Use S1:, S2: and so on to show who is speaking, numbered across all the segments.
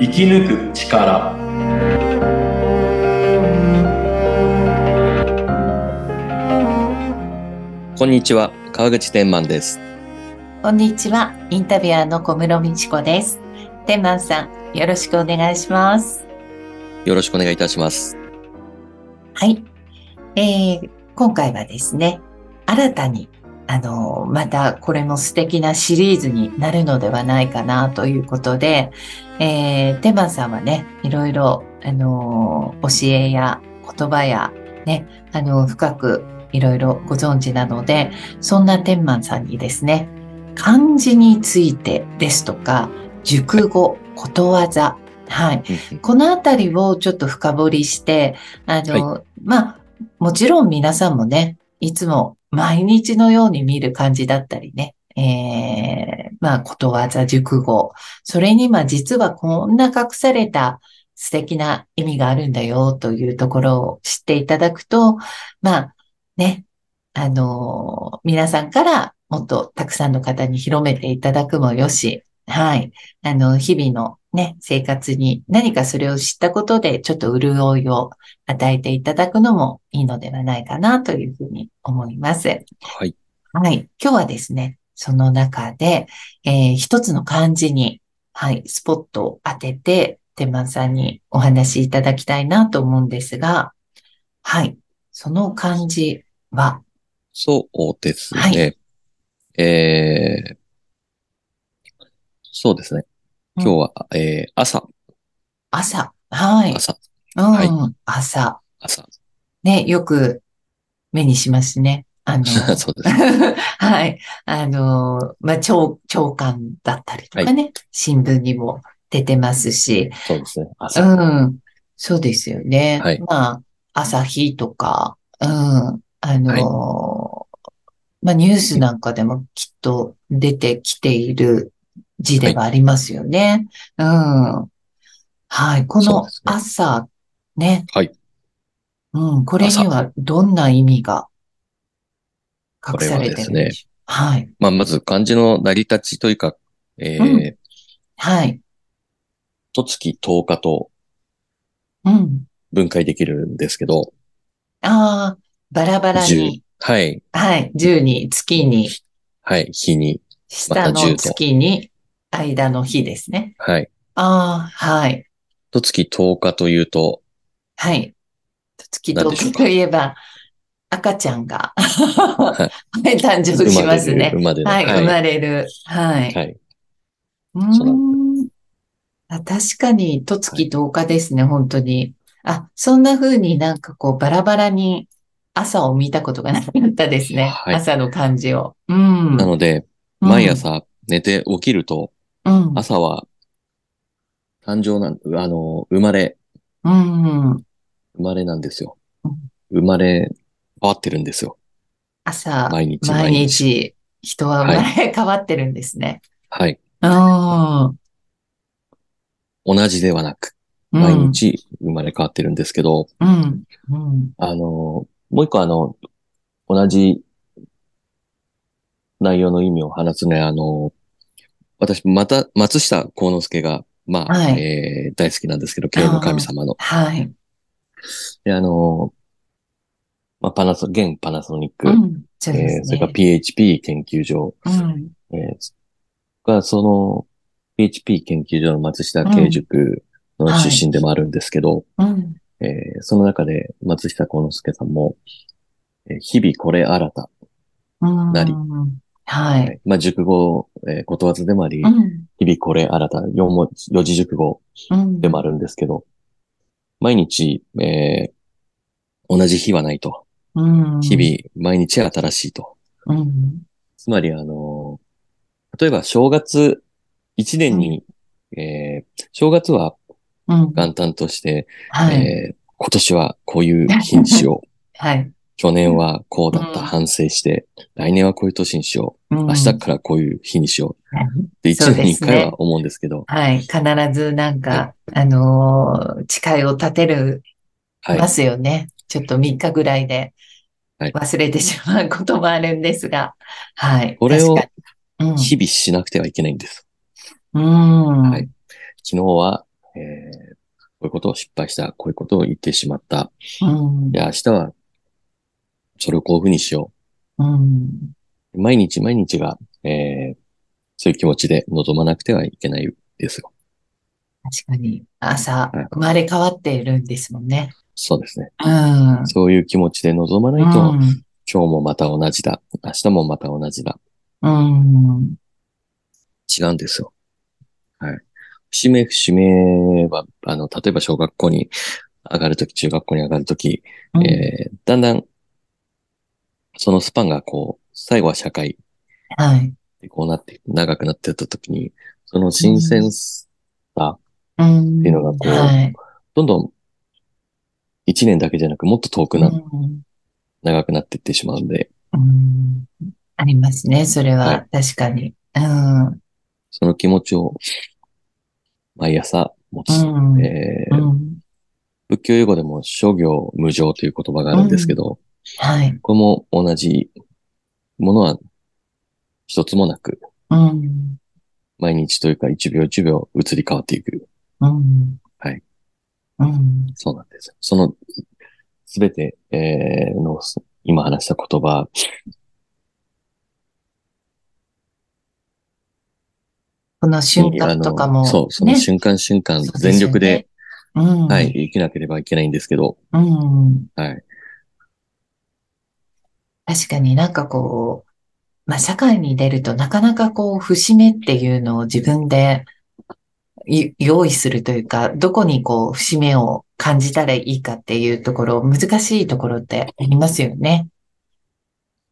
S1: 生き抜く力
S2: こんにちは、川口天満です。
S3: こんにちは。インタビュアーの小室美智子です。天満さん、よろしくお願いします。
S2: よろしくお願いいたします。
S3: はい。えー今回はですね、新たに、あの、またこれも素敵なシリーズになるのではないかなということで、えー、天満さんはね、いろいろ、あの、教えや言葉や、ね、あの、深くいろいろご存知なので、そんな天満さんにですね、漢字についてですとか、熟語、ことわざ、はい。このあたりをちょっと深掘りして、あの、まあ、もちろん皆さんもね、いつも毎日のように見る感じだったりね、えー、まあ、ことわざ、熟語、それにまあ実はこんな隠された素敵な意味があるんだよというところを知っていただくと、まあ、ね、あのー皆さんからもっとたくさんの方に広めていただくもよし、はい。あの、日々のね、生活に何かそれを知ったことで、ちょっと潤いを与えていただくのもいいのではないかなというふうに思います。
S2: はい。
S3: はい。今日はですね、その中で、えー一つの漢字に、はい、スポットを当てて、天満さんにお話しいただきたいなと思うんですが、はい。その漢字は、
S2: そうですね。
S3: はい
S2: えー、そうですね。
S3: うん
S2: 今日は、えー、朝、
S3: 朝。はい。
S2: 朝、
S3: うん、
S2: はい
S3: 朝。
S2: 朝。
S3: ね、よく目にしますね。あの、
S2: そうですね。
S3: はい。あの、まあ、長、長官だったりとかね、新聞にも出てますし、
S2: そうです ね。
S3: う
S2: 朝。
S3: ん。そうですよね。
S2: はい
S3: まあ、朝日とか、うん。あの、まあ、ニュースなんかでもきっと出てきている字ではありますよね。うん。はい。こ
S2: そう
S3: の
S2: ですね
S3: 朝、ね。
S2: はい。
S3: うん。これにはどんな意味が隠されてるんでしょうはい。
S2: まあ、まず漢字の成り立ちというか、え
S3: う
S2: ー、
S3: はい。
S2: とつき10日と
S3: うん。
S2: 分解できるんですけど、
S3: ああ、バラバラ
S2: 10
S3: に、
S2: はい、
S3: はい。10に、月に、
S2: はい、日に、
S3: 下
S2: また10と
S3: の月に、間の日ですね。
S2: はい。
S3: ああ、はい。
S2: とつき10日というと、
S3: はい。月
S2: なん
S3: と
S2: でしょうか
S3: といえば、赤ちゃんが、 はい、誕生し
S2: 生ま
S3: ま
S2: れ
S3: す
S2: る、
S3: ね。
S2: 生まれる。
S3: はい、生
S2: は
S3: まれる。はい
S2: い。。はい。
S3: うー。
S2: そうなん
S3: あ、確かに、とつき10日ですね、本当に。あ、そんな風になんかこう、バラバラに朝を見たことがなかったですね。
S2: はい
S3: 朝の感じを。うん。
S2: なので、
S3: うん
S2: 毎。朝寝て起きると、
S3: うん。
S2: 朝は、誕生なん、あの、生まれ、
S3: うん。
S2: 生まれなんですよ
S3: う。
S2: 生まれ、変わってるんですよ。
S3: 朝、
S2: 毎日、
S3: 毎。日、人は生まれ変わってるんですね。
S2: はい。
S3: うん。
S2: 同じではなく、毎日生まれ変わってるんですけど、
S3: うん。うん。
S2: あの、もう一個あの、同じ内容の意味を話すね、あの、私、また、松下幸之助が、まあ、
S3: はい
S2: えー大好きなんですけど、慶応の神様の。
S3: はい。
S2: で、あの、まあ、パナソ、現パナソニック、
S3: うん。そうで
S2: えー
S3: す
S2: それ
S3: ね
S2: から。PHP 研究所、
S3: うん。
S2: えーが、その、PHP 研究所の松下慶塾の出身でもあるんですけど、
S3: うん。
S2: えーその中で松下幸之助さんも、えー日々これ新た、
S3: うん。
S2: なり
S3: は。
S2: はいいまあ、熟語、えーことわざでもあり、
S3: うん。
S2: 日々これ新た、四文字四字熟語
S3: うん。
S2: でもあるんですけど、毎日、えー同じ日はないと。
S3: うん。
S2: 日々、毎日新しいと。
S3: うん。
S2: つまり、あの、例えば正月、一年に、えー正月は
S3: うん。
S2: 元旦として、
S3: はい。
S2: えー今年はこういう日にし よう。
S3: はい。
S2: 去年はこうだった、
S3: うん
S2: 反省して、来年はこういう年にしよう。
S3: 明
S2: 明日からこういう日にしよう。って一
S3: そう
S2: 年
S3: ですね
S2: に一回は思うんですけど、
S3: はい。必ずなんか、あのー誓いを立てる、
S2: はい
S3: ま。すよね。ちょっと3日ぐらいで
S2: はい
S3: 忘れてしまうこともあるんですが。はい。
S2: これを
S3: 確かに
S2: 日々しなくてはいけないんです。
S3: うん。うん。
S2: はい昨日は、えーこういうことを失敗した、こういうことを言ってしまった。
S3: うん
S2: で、明日は、それをこういうふうにしよ
S3: うん
S2: う。毎日毎日が、えーそういう気持ちで臨まなくてはいけないですよ。
S3: 確かに、朝
S2: はい、
S3: 生まれ変わっているんですもんね。
S2: そうですね。
S3: うん。
S2: そういう気持ちで臨まないうと、
S3: ん
S2: 今日もまた同じだ。明日もまた同じだ。
S3: うん。
S2: 違うんですよ。はい。節目節目は、あの、例えば小学校に上がるとき、中学校に上がるとき、えーだんだん、そのスパンがこう、最後は社会
S3: はい。
S2: でこうなって、長くなってったときに、その新鮮さ、
S3: うん。
S2: っていうのがこう
S3: はい。
S2: どんどん、一年だけじゃなく、もっと遠くな、
S3: うん
S2: 長くなっていってしまうんで、
S3: うんありますね、それ
S2: は
S3: は。確かに。うん。
S2: その気持ちを、毎朝持つ。
S3: うん。
S2: え
S3: う
S2: ー
S3: ん
S2: 仏教用語でも、諸行無常という言葉があるんですけど、
S3: はい。
S2: これも同じものは一つもなく、
S3: うん。
S2: 毎日というか一秒一秒移り変わっていく。
S3: うん。
S2: はい。
S3: うん。
S2: そうなんですよ。その、すべて、えーの、そ今話した言葉、
S3: この瞬間とかも。
S2: そう、その
S3: ね
S2: 瞬間瞬間、
S3: そう
S2: 全
S3: すよ
S2: 力で、
S3: ね。うん。
S2: はい、。生きなければいけないんですけど、
S3: うん。
S2: はい。
S3: 確かになんかこう、まあ、社会に出るとなかなかこう、節目っていうのを自分でい用意するというか、どこにこう、節目を感じたらいいかっていうところ、難しいところってありますよね。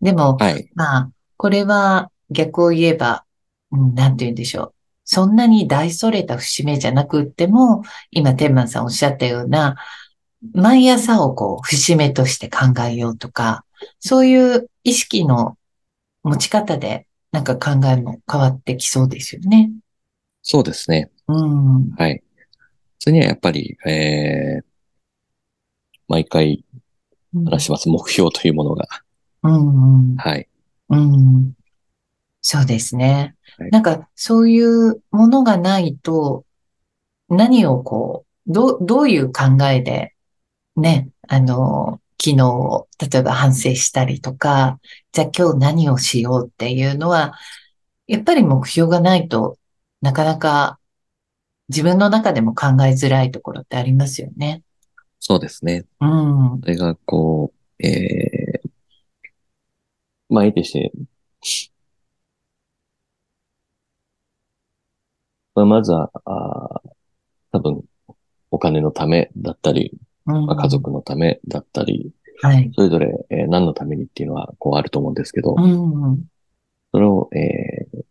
S3: でも、
S2: はい。
S3: まあ、これは逆を言えば、うん、なんて言うんでしょう。そんなに大それた節目じゃなくっても、今、天満さんおっしゃったような、毎朝をこう、節目として考えようとか、そういう意識の持ち方で、なんか考えも変わってきそうですよね。
S2: そうですね。
S3: うん。
S2: はい。それにはやっぱり、えー毎回話します。目標というものが。
S3: うんうん。
S2: はい。
S3: うん。そうですね
S2: は。い
S3: なんか、そういうものがないと、何をこう、どう、どういう考えで、ね、あの、昨日を、例えば反省したりとか、じゃあ今日何をしようっていうのは、やっぱり目標がないとなかなか自分の中でも考えづらいところってありますよね。
S2: そうですね。
S3: うん。
S2: それが、こう、えー、まあ、得てして、まあ、まずは、あー多分、お金のためだったり、
S3: うん
S2: まあ、家。族のためだったり、
S3: はい。
S2: それぞれ、えー何のためにっていうのは、こうあると思うんですけど
S3: う、ん。
S2: それを、えー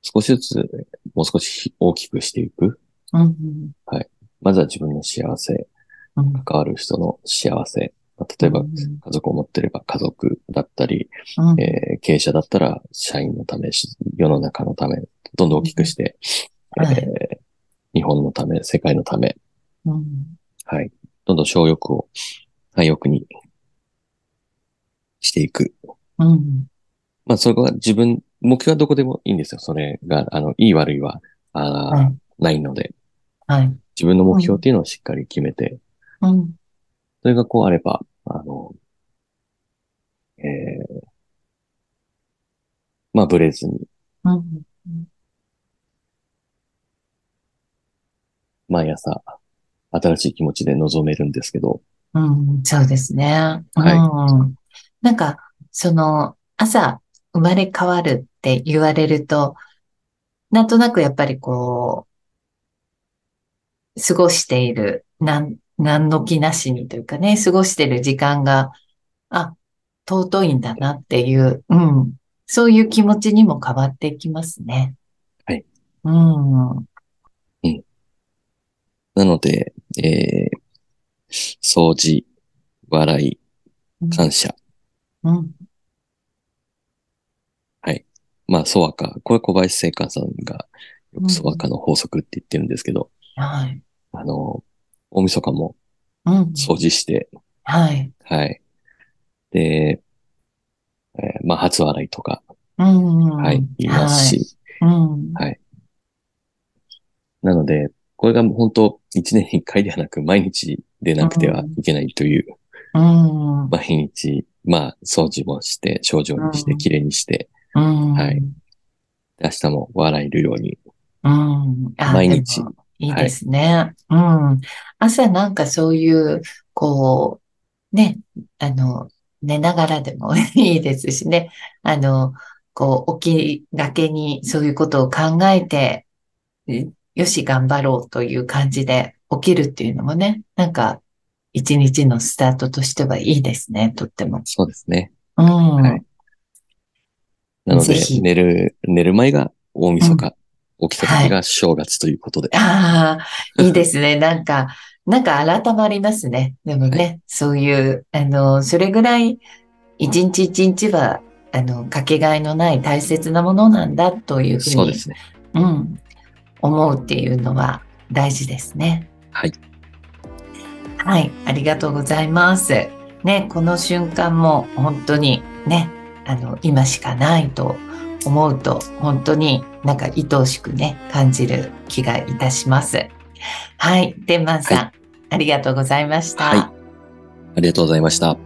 S2: 少しずつ、もう少し大きくしていく。
S3: うん。
S2: まずは自分の幸せ、
S3: うん。
S2: 関わる人の幸せ。まあ例えば
S3: う、ん
S2: 家族を持ってれば家族だったり、
S3: うん
S2: えー経営者だったら社員のため、し世の中のため、どんどん大きくして、
S3: うんはい
S2: えー日本のため、世界のため、
S3: うん
S2: はい。どんどん小欲を大欲にしていく。
S3: うん。
S2: まあ、そこは自分、目標はどこでもいいんですよ。それが、あの、いい悪いは、あー
S3: はい。
S2: ないので、
S3: はい。
S2: 自分の目標っていうのをしっかり決めて、
S3: うん。
S2: それがこうあれば、あの、えーまあ、ブレずに、
S3: うん。
S2: 毎朝、新しい気持ちで臨めるんですけど、
S3: うん。そうですね。
S2: はい
S3: うん。なんか、その、朝、生まれ変わるって言われると、なんとなくやっぱりこう、過ごしている、なん、なんの気なしにというかね、過ごしている時間が、あ、尊いんだなっていう、うん。そういう気持ちにも変わってきますね。
S2: はい。
S3: うん。
S2: なので、えー、掃除、笑
S3: うん
S2: い、感謝、
S3: うん。
S2: まあ、ソワカ、これ小林聖寛さんが、よくソワカの法則って言ってるんですけど、
S3: はい。
S2: あの、大晦日も
S3: うん。
S2: 掃除して、
S3: はい。
S2: はい。で、えーまあ、初笑いとか、
S3: うん。
S2: はい、言いますし、
S3: はい。うん。
S2: なので、これがもう本当、一年に一回ではなく、毎日でなくてはいけないという、
S3: うん。うん。
S2: 毎日、まあ、掃除もして、症状にし
S3: う
S2: て、
S3: ん
S2: 綺麗にして、はいで明日も笑えるように。
S3: うん。あ、
S2: 毎日
S3: でもいいですね。うん。朝なんかそういう、こう、ね、あの、寝ながらでも いいですしね。あの、こう、起きがけにそういうことを考えて、えよし、頑張ろうという感じで起きるっていうのもね、なんか、一日のスタートとしてはいいですね、とっても。
S2: そうですね。
S3: うん。
S2: はいなの
S3: ぜ
S2: で
S3: ひ、
S2: 寝る、寝る前が大晦日、起きた時が正月ということで。
S3: ああ、いいですね。なんか、なんか改まりますね。でもね、
S2: は
S3: そういう、あの、それぐらい、一日一日は、あの、かけがえのない大切なものなんだというふう
S2: そう
S3: に
S2: で、すね。
S3: うん、思うっていうのは大事ですね。
S2: はい。
S3: はい、ありがとうございます。ね、この瞬間も本当にね、あの、今しかないと思うと、本当になんか愛おしくね、感じる気がいたします。はい、天満さん、
S2: は
S3: ありがとうございました。
S2: はいありがとうございました。